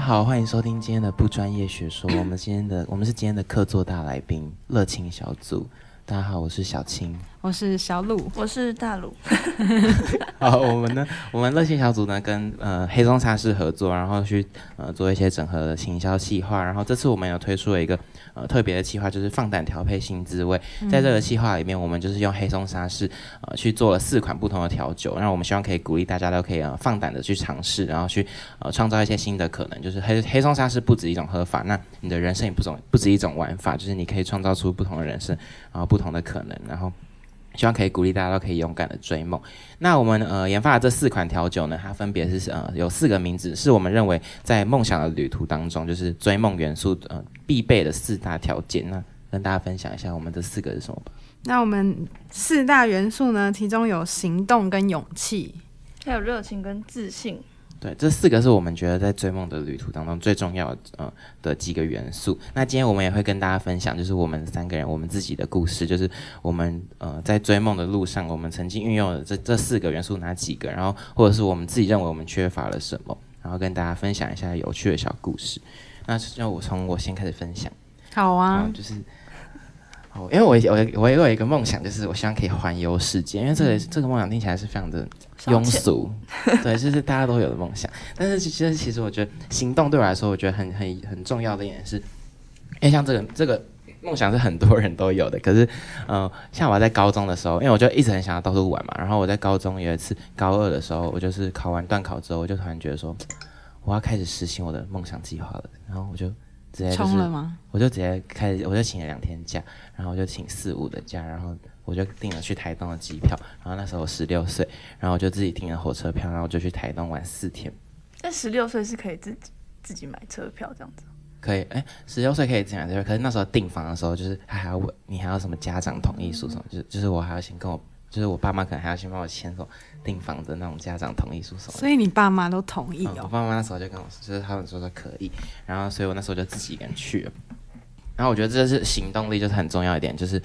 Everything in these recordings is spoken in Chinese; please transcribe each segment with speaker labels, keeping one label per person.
Speaker 1: 好，欢迎收听今天的不专业学说。我们今天的我们是今天的客座大来宾乐清小组。大家好，我是小青。
Speaker 2: 我是小鲁，
Speaker 3: 我是大鲁，
Speaker 1: 好，我们呢，我们乐清小组呢跟呃黑松茶室合作，然后去呃做一些整合的行销计划。然后这次我们有推出了一个呃特别的计划，就是放胆调配新滋味。在这个计划里面，我们就是用黑松沙士呃去做了四款不同的调酒，然后我们希望可以鼓励大家都可以呃放胆的去尝试，然后去呃创造一些新的可能。就是黑黑松沙士不止一种喝法，那你的人生也不总不止一种玩法，就是你可以创造出不同的人生，然后不同的可能，然后。希望可以鼓励大家都可以勇敢的追梦。那我们呃研发的这四款调酒呢，它分别是呃有四个名字，是我们认为在梦想的旅途当中，就是追梦元素呃必备的四大条件。那跟大家分享一下我们这四个是什么吧。
Speaker 2: 那我们四大元素呢，其中有行动跟勇气。
Speaker 3: 还有热情跟自信。
Speaker 1: 对，这四个是我们觉得在追梦的旅途当中最重要的呃的几个元素。那今天我们也会跟大家分享，就是我们三个人我们自己的故事，就是我们呃在追梦的路上，我们曾经运用的这这四个元素哪几个，然后或者是我们自己认为我们缺乏了什么，然后跟大家分享一下有趣的小故事。那让我从我先开始分享。
Speaker 2: 好啊
Speaker 1: 啊，，就是哦，因为我我我也有一个梦想，就是我希望可以环游世界，因为这个、这个梦想听起来是非常的
Speaker 3: 少
Speaker 1: 庸
Speaker 3: 钱
Speaker 1: 俗， 对，就是大家都有的梦想。但是其实其实我觉得行动对我来说，我觉得很很很重要的一点是，因为像这个这个。梦想是很多人都有的，可是，嗯、像我在高中的时候，因为我就一直很想要到处玩嘛。然后我在高中有一次高二的时候，我就是考完段考之后，我就突然觉得说，我要开始实行我的梦想计划了。然后我就直接就
Speaker 2: 冲
Speaker 1: 是
Speaker 2: 了吗？
Speaker 1: 我就直接开始，我就请了两天假，然后我就请四五的假，然后我就订了去台东的机票，然后那时候我十六岁，然后我就自己订了火车票，然后我就去台东玩四天。
Speaker 3: 但十六岁是可以自己自己买车票这样子，
Speaker 1: 可以，哎、十六岁可以这样，对吧？可是那时候订房的时候，就是他还要问你还要什么家长同意书什么，就是就是我还要先跟我，就是我爸妈可能还要先帮我签什么订房的那种家长同意书什么的。
Speaker 2: 所以你爸妈都同意
Speaker 1: 嗯我
Speaker 2: 哦。
Speaker 1: 爸妈那时候就跟我说，就是他们说说可以，然后所以我那时候就自己一个人去了。然后我觉得这是行动力，就是很重要一点，就是，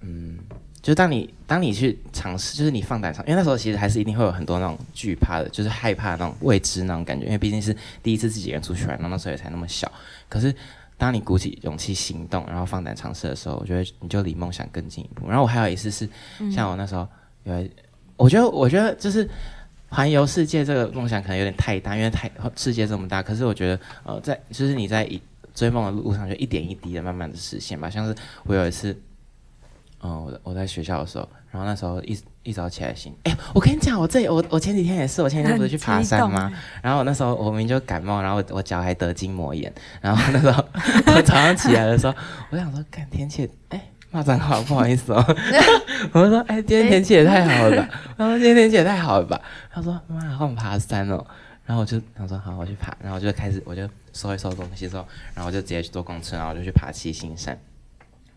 Speaker 1: 嗯，就是当你当你去尝试，就是你放胆尝，因为那时候其实还是一定会有很多那种惧怕的，就是害怕那种未知那种感觉，因为毕竟是第一次自己一个人出去玩，然后那时候也才那么小。可是当你鼓起勇气行动，然后放胆尝试的时候，我觉得你就离梦想更进一步。然后我还有一次是，像我那时候有一，我觉得我觉得就是环游世界这个梦想可能有点太大，因为太呃世界这么大。可是我觉得，呃，在就是你在一追梦的路上，就一点一滴的慢慢的实现吧。像是我有一次，嗯、我在我在学校的时候，然后那时候一一早起来醒，哎、我跟你讲，我这我我前几天也是，我前 几天不是去爬山吗？然后我那时候我明明就感冒，然后我我脚还得筋膜炎，然后那时候我早上起来的时候，我想说，看天气，哎、骂脏话，不好意思哦。我就说，哎、今天天气也太好了吧？然后今天天气也太好了吧？他说，妈，好想爬山哦。然后我就想说，好，我去爬。然后我就开始，我就收一收东西之后，然后我就直接去坐公车，然后我就去爬七星山。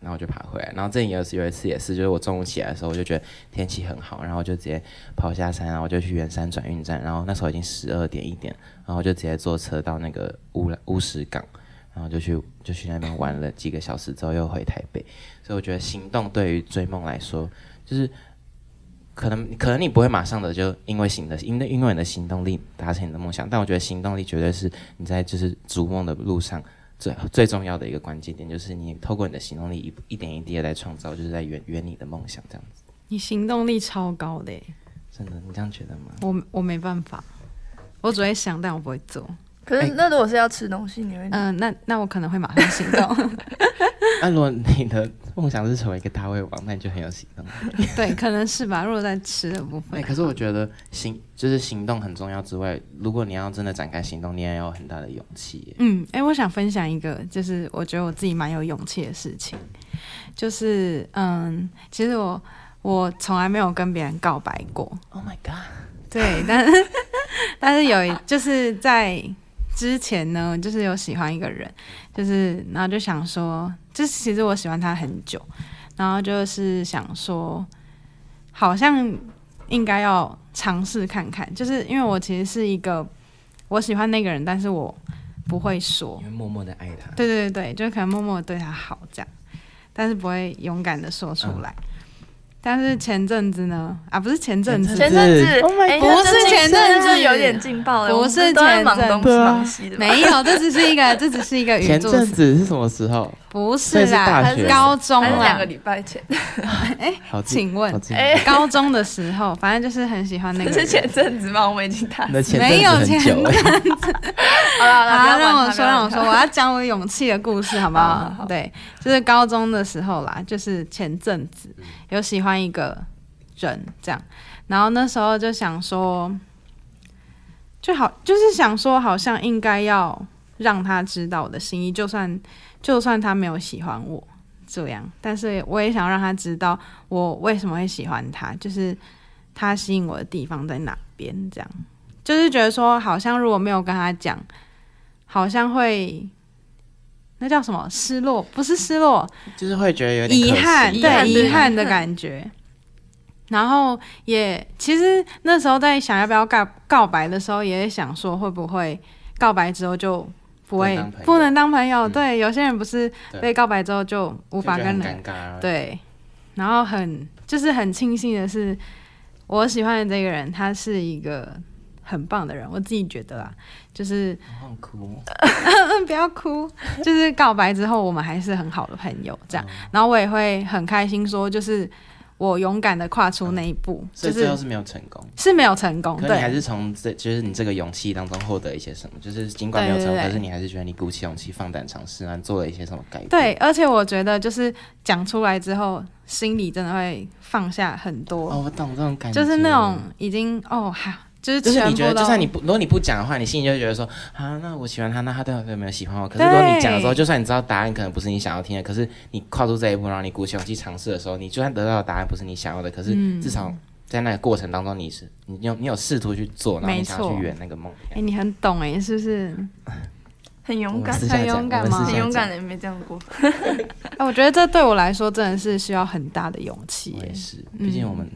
Speaker 1: 然后我就爬回来，然后这里有有一次也是，就是我中午起来的时候，我就觉得天气很好，然后我就直接跑下山，然啊后我就去圆山转运站，然后那时候已经十二点一点，然后我就直接坐车到那个乌兰乌石港，然后就去就去那边玩了几个小时之后又回台北，所以我觉得行动对于追梦来说，就是可能可能你不会马上的就因为行的因为因为你的行动力达成你的梦想，但我觉得行动力绝对是你在就是逐梦的路上最最重要的一个关键点，就是你透过你的行动力一步一点一滴的来创造，就是在圆圆你的梦想这样子。
Speaker 2: 你行动力超高的耶，欸
Speaker 1: 真的，你这样觉得吗？
Speaker 2: 我我没办法，我只会想，但我不会做。
Speaker 3: 可
Speaker 1: 哎
Speaker 3: 是那如果是要吃东西，你会
Speaker 2: 嗯、那那我可能会马上行动。
Speaker 1: 那、如果你的梦想是成为一个大胃王，那你就很有行动力。
Speaker 2: 对，可能是吧。如果在吃的部
Speaker 1: 对，
Speaker 2: 分，
Speaker 1: 哎可是我觉得行就是行动很重要之外，如果你要真的展开行动，你也要有很大的勇气耶。
Speaker 2: 嗯，哎、我想分享一个，就是我觉得我自己蛮有勇气的事情，就是嗯，其实我我从来没有跟别人告白过，
Speaker 1: Oh my god！
Speaker 2: 对，但是 但是有一就是在之前呢，就是有喜欢一个人，就是然后就想说，就是其实我喜欢他很久，然后就是想说，好像应该要尝试看看，就是因为我其实是一个我喜欢那个人，但是我不会说
Speaker 1: 你，会默默的爱他。
Speaker 2: 对
Speaker 1: 嗯
Speaker 2: 对对，就可能默默地对他好这样，但是不会勇敢的说出来。但是前阵子呢，啊，不是前阵子，
Speaker 3: 前阵子
Speaker 1: Oh my
Speaker 3: 哎
Speaker 1: God
Speaker 3: 那
Speaker 2: 不是
Speaker 3: 这
Speaker 2: 前阵子
Speaker 3: 这有点劲爆了，
Speaker 2: 不
Speaker 3: 我们
Speaker 2: 是
Speaker 3: 都在
Speaker 2: 前
Speaker 3: 忙
Speaker 2: 阵
Speaker 3: 东
Speaker 1: 对
Speaker 3: 西
Speaker 1: 啊
Speaker 3: 忙西的吧，
Speaker 2: 没有，这只是一个， 这只是一个语
Speaker 1: 前
Speaker 2: 助
Speaker 1: 阵
Speaker 2: 词，
Speaker 1: 子是什么时候？
Speaker 2: 不
Speaker 1: 所
Speaker 2: 是
Speaker 1: 以是大
Speaker 2: 啦，
Speaker 1: 学
Speaker 2: 高中
Speaker 3: 还是两
Speaker 2: 啦
Speaker 3: 个，礼拜前，
Speaker 1: 好近，
Speaker 2: 请问
Speaker 1: 好近
Speaker 3: 哎，
Speaker 2: 高中的时候，反正就是很喜欢那
Speaker 3: 这
Speaker 2: 个
Speaker 3: 是
Speaker 2: 人。
Speaker 3: 前阵子吗？我们已经大
Speaker 1: 你的前
Speaker 2: 没有
Speaker 1: 阵子很久了，
Speaker 3: 好了
Speaker 2: 好
Speaker 3: 好了，
Speaker 2: 啊，
Speaker 3: 不要管
Speaker 2: 让
Speaker 3: 他
Speaker 2: 我说，让我说，我，要讲我勇气的故事，好不
Speaker 3: 好好
Speaker 2: 好
Speaker 3: 好？
Speaker 2: 对，就是高中的时候啦，就是前阵子
Speaker 3: 嗯
Speaker 2: 有喜欢一个人这样，然后那时候就想说，就好，就是想说，好像应该要让他知道我的心意，就算就算他没有喜欢我这样，但是我也想让他知道我为什么会喜欢他，就是他吸引我的地方在哪边，这样，就是觉得说，好像如果没有跟他讲，好像会。那叫什么？失落？不是失落，
Speaker 1: 就是会觉得有点
Speaker 2: 遗
Speaker 1: 可惜
Speaker 2: 憾，
Speaker 3: 遗憾
Speaker 2: 对
Speaker 3: 对
Speaker 2: 遗憾的感觉。然后也其实那时候在想要不要告告白的时候，也想说会不会告白之后就不会
Speaker 1: 不能当朋友
Speaker 2: 不能当朋友。
Speaker 1: 嗯
Speaker 2: 对，有些人不是
Speaker 1: 对
Speaker 2: 被告白之后就无
Speaker 1: 无
Speaker 2: 法跟
Speaker 1: 尴
Speaker 2: 人
Speaker 1: 尬，，
Speaker 2: 对。然后很就是很庆幸的是，我喜欢的这个人他是一个很棒的人，我自己觉得啊，就是
Speaker 1: 好想哦哭，
Speaker 2: 不要哭，就是告白之后，我们还是很好的朋友，这
Speaker 1: 哦
Speaker 2: 样。然后我也会很开心，说就是我勇敢的跨出那一步，
Speaker 1: 嗯所
Speaker 2: 就
Speaker 1: 以最
Speaker 2: 是
Speaker 1: 后是没有成功。
Speaker 2: 是没有成功，
Speaker 1: 可你还
Speaker 2: 对
Speaker 1: 是从这，就是你这个勇气当中获得一些什么？就是尽管没有成功，
Speaker 2: 对对对
Speaker 1: 可是你还是觉得你鼓起勇气放胆尝试，然后做了一些什么改变。
Speaker 2: 对。而且我觉得就是讲出来之后，心里真的会放下很多，
Speaker 1: 哦，我懂这种感觉，
Speaker 2: 就是那种已经哦哈，就是
Speaker 1: 就是
Speaker 2: 全
Speaker 1: 你
Speaker 2: 部
Speaker 1: 觉得，
Speaker 2: 都
Speaker 1: 就算你不，如果你不讲的话，你心里就会觉得说啊，那我喜欢他，那他到底有没有喜欢我？可是如果你讲的时候，
Speaker 2: 对
Speaker 1: 就算你知道答案可能不是你想要听的，可是你跨出这一步，然后你鼓起勇气尝试的时候，你就算得到的答案不是你想要的，可是
Speaker 2: 嗯
Speaker 1: 至少在那个过程当中，你是你有你有试图去做，然后你
Speaker 2: 没
Speaker 1: 想要去
Speaker 2: 错
Speaker 1: 圆那个梦。
Speaker 2: 哎、你很懂哎、是不是？
Speaker 3: 很勇敢
Speaker 1: 我们，私下
Speaker 2: 很
Speaker 1: 讲
Speaker 2: 勇敢
Speaker 1: 我们
Speaker 2: 吗
Speaker 1: 私
Speaker 3: 很
Speaker 1: 下
Speaker 3: 勇敢
Speaker 1: 讲
Speaker 3: 的，没这样过。
Speaker 2: 哎、我觉得这对我来说真的是需要很大的勇气
Speaker 1: 我
Speaker 2: 耶、
Speaker 1: 也是，毕竟我们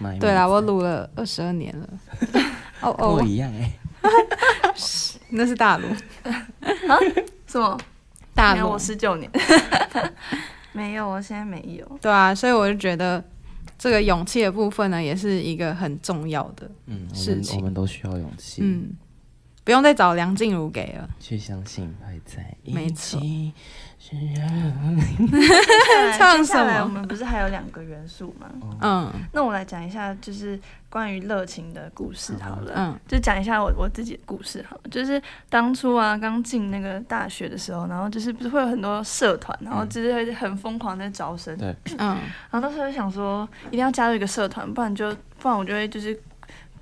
Speaker 1: 蛮有
Speaker 2: 嗯对
Speaker 1: 面
Speaker 2: 啦，
Speaker 1: 子
Speaker 2: 我撸了二十二年 了，哦
Speaker 1: 跟我
Speaker 2: 哦，
Speaker 1: 一样哎、
Speaker 2: 那是大陆，
Speaker 3: 什么？
Speaker 2: 大
Speaker 3: 没有，
Speaker 2: 陆
Speaker 3: 我十 九年，没有，我现在没有。
Speaker 2: 对啊，所以我就觉得这个勇气的部分呢，也是一个很重要的。
Speaker 1: 嗯，我
Speaker 2: 事
Speaker 1: 们我
Speaker 2: 情
Speaker 1: 们都需要勇气，
Speaker 2: 嗯，不用再找梁静茹给了。
Speaker 1: 去相信会在
Speaker 2: 没
Speaker 1: 一
Speaker 2: 错
Speaker 1: 起。
Speaker 2: 唱什
Speaker 3: 接下来
Speaker 2: 么
Speaker 3: 我们不是还有两个元素吗？
Speaker 2: 嗯
Speaker 3: 那我来讲一下，就是关于热情的故事好了。
Speaker 2: 嗯
Speaker 3: 就讲一下我我自己的故事哈，就是当初啊刚进那个大学的时候，然后就是不是会有很多社团，然后就是会很疯狂在招生，
Speaker 1: 对
Speaker 2: 嗯，
Speaker 3: 然后那时候就想说一定要加入一个社团，不然就不然我就会就是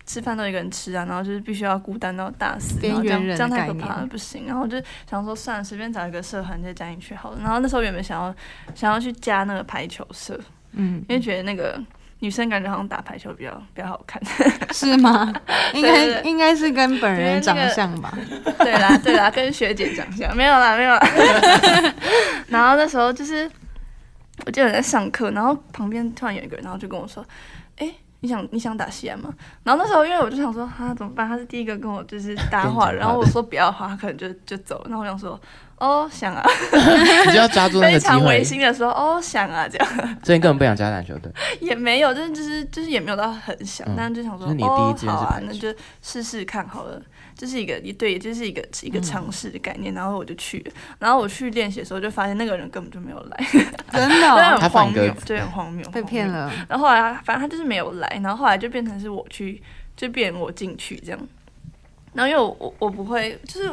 Speaker 3: 吃饭都一个人吃啊，然后就是必须要孤单到大死，
Speaker 2: 边
Speaker 3: 然后这样
Speaker 2: 缘人
Speaker 3: 这样太
Speaker 2: 的
Speaker 3: 可
Speaker 2: 概念
Speaker 3: 怕了，不行。然后我就想说算了，随便找一个社团就加进去好了。然后那时候原本想要想要去加那个排球社，
Speaker 2: 嗯，
Speaker 3: 因为觉得那个女生感觉好像打排球比较比较好看。
Speaker 2: 是吗？应
Speaker 3: 对对
Speaker 2: 该
Speaker 3: 对
Speaker 2: 应该是跟本人
Speaker 3: 因为
Speaker 2: 长
Speaker 3: 那个
Speaker 2: 相吧。
Speaker 3: 对啦，对啦，跟学姐讲一下，没有啦，没有啦。 然后那时候就是，我记得我在上课，然后旁边突然有一个人，然后就跟我说：“哎、你想你想打西安吗？”然后那时候因为我就想说，啊，怎么办？他是第一个跟我就是搭
Speaker 1: 跟你
Speaker 3: 话，
Speaker 1: 讲话的
Speaker 3: 然后我说不要的话，他可能就就走了。然后我想说，哦，想啊，
Speaker 1: 你就要抓住那
Speaker 3: 非
Speaker 1: 个机
Speaker 3: 常违
Speaker 1: 会。
Speaker 3: 心的说，哦，想啊，这样
Speaker 1: 最近根本不想加篮球队，
Speaker 3: 也没有，就是就是就是也没有到很想，
Speaker 1: 嗯
Speaker 3: 但是就想说，
Speaker 1: 就是你的第一
Speaker 3: 哦，
Speaker 1: 志愿
Speaker 3: 好
Speaker 1: 是
Speaker 3: 啊
Speaker 1: 排，
Speaker 3: 那
Speaker 1: 球
Speaker 3: 就试试看好了。这是一个一对，这是一个
Speaker 1: 嗯
Speaker 3: 一个尝试的概念，然后我就去了，然后我去练习的时候就发现那个人根本就没有来，
Speaker 2: 真的
Speaker 3: 对，
Speaker 2: 哦、
Speaker 1: 他
Speaker 3: 很荒
Speaker 1: 放鸽
Speaker 3: 谬
Speaker 1: 子，
Speaker 3: 对，很荒谬，
Speaker 2: 被骗
Speaker 3: 荒谬。
Speaker 2: 了。
Speaker 3: 然后后来他反正他就是没有来，然后后来就变成是我去，就变我进去这样。然后因为我我我不会，就是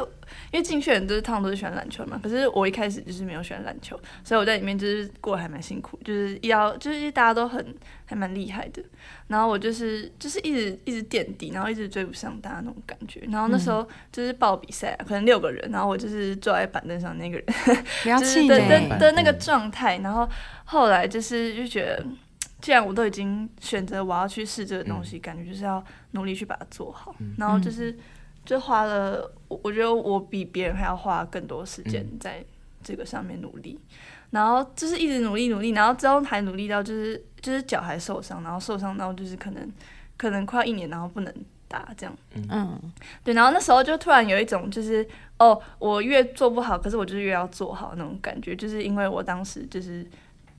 Speaker 3: 因为进去的人都是他们都是喜欢篮球嘛，可是我一开始就是没有喜欢篮球，所以我在里面就是过得还蛮辛苦，就是要就是大家都很还蛮厉害的，然后我就是就是一直一直垫底，然后一直追不上大家那种感觉。然后那时候就是报比赛、啊，可能六个人，然后我就是坐在板凳上那个人，
Speaker 2: 不要
Speaker 3: 就是
Speaker 2: 气
Speaker 3: 的
Speaker 1: 对对。
Speaker 2: 馁
Speaker 3: 的的那个状态，然后后来就是就觉得，既然我都已经选择我要去试这个东
Speaker 2: 嗯
Speaker 3: 西，感觉就是要努力去把它做好，然后就是就花了，我我觉得我比别人还要花更多时间
Speaker 2: 嗯
Speaker 3: 在这个上面努力，然后就是一直努力努力，然后之后还努力到就是就是脚还受伤，然后受伤到就是可能可能快要一年，然后不能打这样。
Speaker 2: 嗯，
Speaker 3: 对，然后那时候就突然有一种就是哦，我越做不好，可是我就是越要做好那种感觉，就是因为我当时就是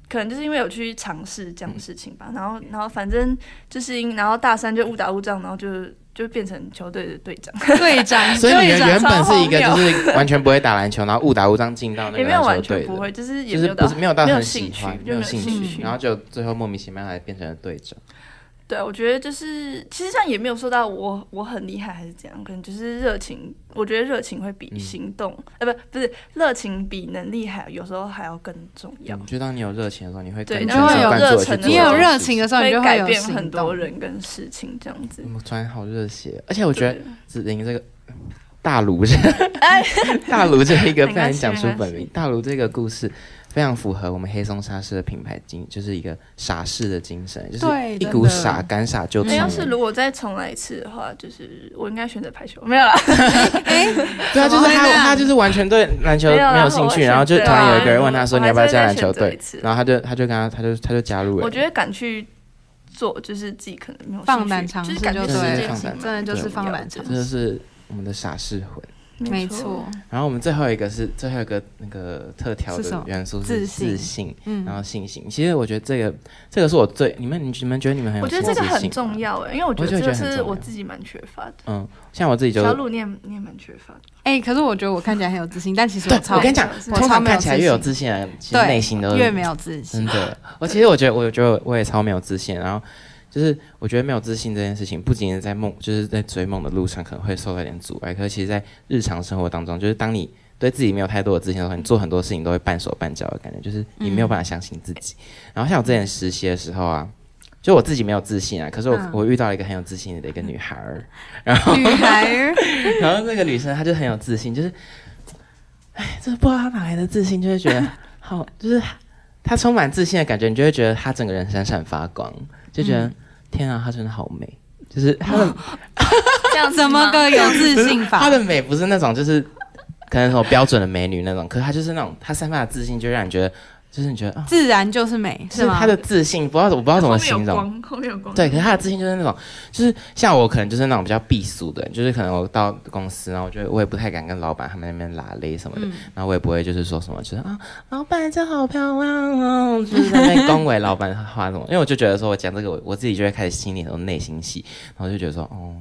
Speaker 3: 可能就是因为有去尝试这
Speaker 1: 嗯
Speaker 3: 样的事情吧，然后然后反正就是因，然后大三就误打误撞，然后就就变成球队的队 长，
Speaker 2: 队长，
Speaker 1: 所以你
Speaker 2: 队
Speaker 1: 们
Speaker 2: 长
Speaker 1: 原本是一个
Speaker 3: 超荒
Speaker 1: 就是完全不会打篮球，然后误打误撞进到那
Speaker 3: 也
Speaker 1: 个
Speaker 3: 没有
Speaker 1: 篮
Speaker 3: 完
Speaker 1: 球队
Speaker 3: 全
Speaker 1: 的，
Speaker 3: 不会，就是也
Speaker 1: 就
Speaker 3: 没
Speaker 1: 是
Speaker 3: 有到
Speaker 1: 不是没有到
Speaker 3: 没有
Speaker 1: 很
Speaker 3: 兴
Speaker 1: 喜
Speaker 3: 趣
Speaker 1: 欢，，
Speaker 3: 就
Speaker 1: 没
Speaker 3: 没有
Speaker 1: 有
Speaker 3: 兴
Speaker 1: 趣，然后就最后莫名其妙还变成了队长。
Speaker 3: 对，我觉得就是其实上也没有说到我我很厉害还是怎样，可能就是热情。我觉得热情会比
Speaker 1: 嗯
Speaker 3: 行动，呃，不不是热情比能力还有时候还要更重要，
Speaker 1: 就当你有热情的时候，你会
Speaker 3: 对
Speaker 1: 更
Speaker 2: 你
Speaker 1: 全
Speaker 2: 会
Speaker 1: 神
Speaker 2: 有
Speaker 1: 贯
Speaker 3: 热
Speaker 1: 注地去
Speaker 3: 忱的
Speaker 1: 做
Speaker 2: 你
Speaker 1: 这
Speaker 2: 有
Speaker 1: 件
Speaker 2: 热
Speaker 1: 事
Speaker 2: 情
Speaker 1: 情
Speaker 2: 的时候，啊你就会
Speaker 3: 改
Speaker 2: 有
Speaker 3: 变
Speaker 2: 行
Speaker 3: 很
Speaker 2: 动
Speaker 3: 多。人跟事情这样子。
Speaker 1: 嗯我突然好热血，而且我觉得
Speaker 3: 对
Speaker 1: 子玲这个大卢这
Speaker 3: 哎
Speaker 1: 大卢这一个，不然讲出本名，大卢这个故事非常符合我们黑松沙士的品牌精，就是一个傻士的精神，就是
Speaker 2: 对
Speaker 1: 一股
Speaker 2: 真的
Speaker 1: 傻，敢傻就
Speaker 3: 那
Speaker 1: 冲
Speaker 3: 哎要是
Speaker 1: 了。
Speaker 3: 如果再重来一次的话，就是我应该选择排球，没有啦，
Speaker 1: 对啊，就是
Speaker 2: 怎
Speaker 1: 他
Speaker 2: 么会那样
Speaker 1: 他就是完全对篮球
Speaker 3: 没有啦
Speaker 1: 没有兴
Speaker 3: 我
Speaker 1: 趣，
Speaker 3: 选
Speaker 1: 然后就突然有一个人问他说
Speaker 3: 对啊
Speaker 1: 你要不要加篮
Speaker 3: 我
Speaker 1: 球
Speaker 3: 还是再选择
Speaker 1: 队
Speaker 3: 一次，
Speaker 1: 然后他就他就跟他他就他就加入了。
Speaker 3: 我觉得敢去做，就是自己可能没有兴趣
Speaker 2: 放胆尝
Speaker 3: 就
Speaker 2: 试
Speaker 3: 是感觉
Speaker 2: 就
Speaker 3: 世
Speaker 1: 对了
Speaker 3: 界
Speaker 1: 放
Speaker 3: 性
Speaker 1: 胆
Speaker 3: 蛮
Speaker 2: 真的就是放胆尝
Speaker 3: 重
Speaker 2: 试
Speaker 3: 要的
Speaker 1: 这就是我们的傻士魂。
Speaker 2: 没
Speaker 3: 错
Speaker 2: 错，，
Speaker 1: 然后我们最后一个是最后一个那个特调
Speaker 2: 是什
Speaker 1: 的
Speaker 2: 么
Speaker 1: 元素是
Speaker 2: 自信嗯
Speaker 1: 然后信心。其实我觉得这个这个是我最你们你们觉得你们很有
Speaker 3: 我觉得
Speaker 1: 自
Speaker 3: 这个
Speaker 1: 信
Speaker 3: 很
Speaker 1: 吗
Speaker 3: 重。要哎，因为我觉
Speaker 1: 我
Speaker 3: 得
Speaker 1: 就
Speaker 3: 这
Speaker 1: 觉
Speaker 3: 个
Speaker 1: 得很
Speaker 3: 是
Speaker 1: 重要
Speaker 3: 我自己蛮缺乏的。
Speaker 1: 嗯，像我自己就
Speaker 3: 小
Speaker 1: 是，
Speaker 3: 鲁，你也你也蛮缺乏的。
Speaker 2: 哎，可是我觉得我看起来很有自信，但其实
Speaker 1: 对
Speaker 2: 我超
Speaker 1: 我跟你讲，
Speaker 3: 我
Speaker 1: 通
Speaker 2: 超
Speaker 1: 常
Speaker 2: 没有
Speaker 1: 看起来
Speaker 2: 自
Speaker 1: 越有
Speaker 2: 信
Speaker 1: 自信的人，其实
Speaker 2: 对
Speaker 1: 内心都
Speaker 2: 越没有自信
Speaker 1: 真。的。 我其实我觉得，我觉得我也超没有自信。然后就是我觉得没有自信这件事情，不仅是在梦，就是在追梦的路上可能会受到一点阻碍，可是其实在日常生活当中，就是当你对自己没有太多的自信的时候，你做很多事情都会半手半脚的感觉，就是你没有办法相信自己。然后像我之前实习的时候啊。就我自己没有自信啊，可是我、
Speaker 2: 嗯
Speaker 1: 我遇到了一个很有自信的一个女孩儿，
Speaker 2: 女孩儿，
Speaker 1: 然后那个女生她就很有自信，就是，哎，这不知道她哪来的自信，就会觉得好，就是她充满自信的感觉，你就会觉得她整个人闪闪发光，就觉得、天啊，她真的好美。就是 她的
Speaker 3: 这样
Speaker 2: 怎么个有自信
Speaker 1: 她
Speaker 2: 法？
Speaker 1: 的美不是那种就是可能什么标准的美女那种，可是她就是那种她散发的自信，就让你觉得就是你觉得啊，
Speaker 2: 自然就是美，
Speaker 1: 就是
Speaker 2: 吗
Speaker 1: 她？的自信，不知道我不知道怎么形容，
Speaker 3: 容？后面有光，
Speaker 1: 对，可是他的自信就是那种，就是像我可能就是那种比较避俗的人，就是可能我到公司，然后我觉得我也不太敢跟老板他们那边拉勒什么的，然后我也不会就是说什么，就是啊，老板真好漂亮哦，就是在那边恭维老板的话什么，因为我就觉得说我讲这个，我我自己就会开始心里很多内心戏，然后就觉得说，哦。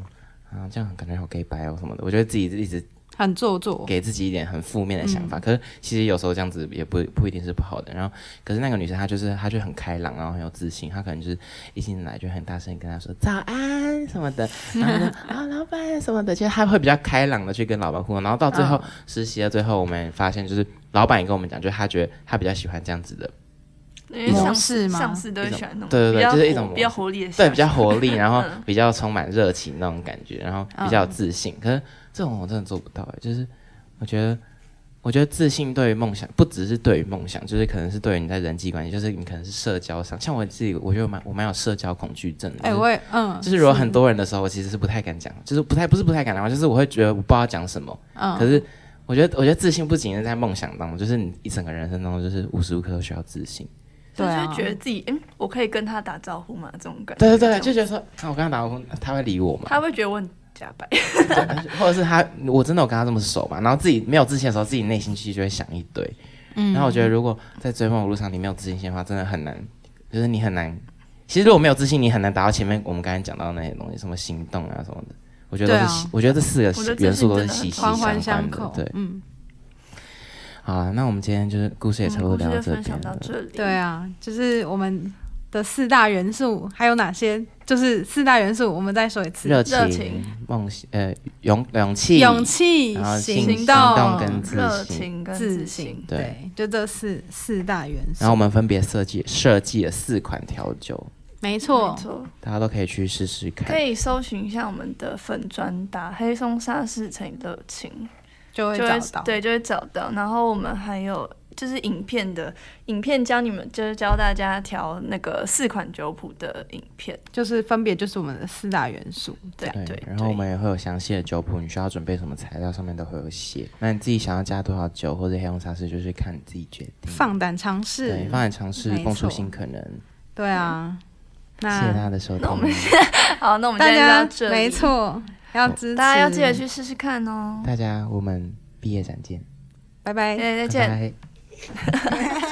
Speaker 1: 啊，这样感觉好 gay 白哦什么的，我觉得自己一直
Speaker 2: 很做作，
Speaker 1: 给自己一点很负面的想法。可是其实有时候这样子也不不一定是不好的。然后，可是那个女生她就是她就很开朗，然后很有自信，她可能就是一进来就很大声地跟她说早安什么的，然后呢啊老板什么的，其实她会比较开朗的去跟老板互动。然后到最后、实习的最后，我们发现就是老板也跟我们讲，就是他觉得他比较喜欢这样子的
Speaker 3: 因为上司
Speaker 2: 模式吗
Speaker 3: 上司都会喜欢那种，
Speaker 1: 对对对
Speaker 3: 比较
Speaker 1: 就是一种
Speaker 3: 活比较活力的，
Speaker 1: 对，比较活 力，然后
Speaker 3: 嗯
Speaker 1: 比较充满热情那种感觉，然后比较
Speaker 2: 嗯
Speaker 1: 有自信。可是这种我真的做不到、欸，就是我觉得，我觉得自信对于梦想，不只是对于梦想，就是可能是对于你在人际关系，就是你可能是社交上，像我自己，我觉得我蛮我蛮有社交恐惧症的。
Speaker 2: 哎，
Speaker 1: 就是
Speaker 2: 我也嗯，
Speaker 1: 就是如果很多人的时候，我其实是不太敢讲，就是不太不是不太敢讲话，就是我会觉得我不知道讲什么。
Speaker 2: 嗯，
Speaker 1: 可是我觉得，我觉得自信不仅是在梦想当中，就是你一整个人生当中，就是无时无刻都需要自信。
Speaker 3: 所以
Speaker 2: 对啊
Speaker 3: 就会觉得自己嗯，我可以跟他打招呼嘛，这种感觉。
Speaker 1: 对对对，就
Speaker 3: 这样
Speaker 1: 觉得说，啊，我跟他打招呼，他会理我吗？
Speaker 3: 他会觉得我很假白，
Speaker 1: 或者是他，我真的有跟他这么熟嘛？然后自己没有自信的时候，自己内心戏就会想一堆。
Speaker 2: 嗯
Speaker 1: 然后我觉得，如果在追梦的路上你没有自信心的话，真的很难，就是你很难。其实如果没有自信，你很难达到前面我们刚才讲到的那些东西，什么行动啊什么的。我觉得都
Speaker 2: 对
Speaker 1: 是
Speaker 2: 啊
Speaker 1: 息，我觉得这四
Speaker 3: 我觉
Speaker 1: 个
Speaker 3: 得自
Speaker 1: 元素
Speaker 3: 信
Speaker 1: 都是
Speaker 3: 真的很
Speaker 1: 息息
Speaker 2: 环环
Speaker 1: 相
Speaker 2: 相
Speaker 1: 关的
Speaker 2: 扣。，
Speaker 1: 对，
Speaker 2: 嗯，
Speaker 1: 好了，那我们今天就是故事也
Speaker 3: 我
Speaker 1: 差
Speaker 3: 们
Speaker 1: 不多
Speaker 3: 嗯故事
Speaker 1: 聊到这
Speaker 3: 就分享
Speaker 1: 边
Speaker 3: 到
Speaker 1: 了。
Speaker 3: 这里。
Speaker 2: 对啊，就是我们的四大元素还有哪些？就是四大元素，我们再说一次：
Speaker 1: 热
Speaker 3: 热
Speaker 1: 情
Speaker 3: 情、
Speaker 1: 梦想、呃勇勇气、
Speaker 2: 勇气
Speaker 1: 然后、信
Speaker 2: 行
Speaker 1: 行动跟自
Speaker 3: 热
Speaker 1: 信
Speaker 3: 情跟
Speaker 2: 自
Speaker 3: 信
Speaker 2: 信。。
Speaker 1: 对
Speaker 2: 对，就这四四大元素。
Speaker 1: 然后我们分别设计设计了四款调酒，
Speaker 2: 没
Speaker 3: 没
Speaker 2: 错，
Speaker 3: 错，
Speaker 1: 大家都可以去试试看。
Speaker 3: 可以搜寻一下我们的粉砖打黑松沙士乘以热情，
Speaker 2: 就会
Speaker 3: 就
Speaker 2: 找到。
Speaker 3: 对，就会找到。然后我们还有就是影片的影片教你们，就是教大家调那个四款酒谱的影片。
Speaker 2: 就是分别就是我们的四大元素。
Speaker 3: 对对，
Speaker 1: 然后我们也会有详细的酒谱，你需要准备什么材料，上面都会有写。那你自己想要加多少酒或者黑红沙士，就是看你自己决定。
Speaker 2: 放胆尝
Speaker 1: 对，
Speaker 2: 试。
Speaker 1: 放眼尝试，
Speaker 2: 没
Speaker 1: 蹦出
Speaker 2: 错
Speaker 1: 新可能。
Speaker 2: 对啊，
Speaker 1: 谢谢大
Speaker 2: 那
Speaker 1: 家的收听
Speaker 3: 那我，们对好，那我们今
Speaker 2: 大
Speaker 3: 天就
Speaker 2: 家
Speaker 3: 到这里，
Speaker 2: 没，错，要支持
Speaker 3: 大家要记得，去试试看哦。
Speaker 1: 大家我们毕业展见，
Speaker 2: 拜拜。
Speaker 3: 对，再
Speaker 1: 再
Speaker 3: 见。
Speaker 1: 见。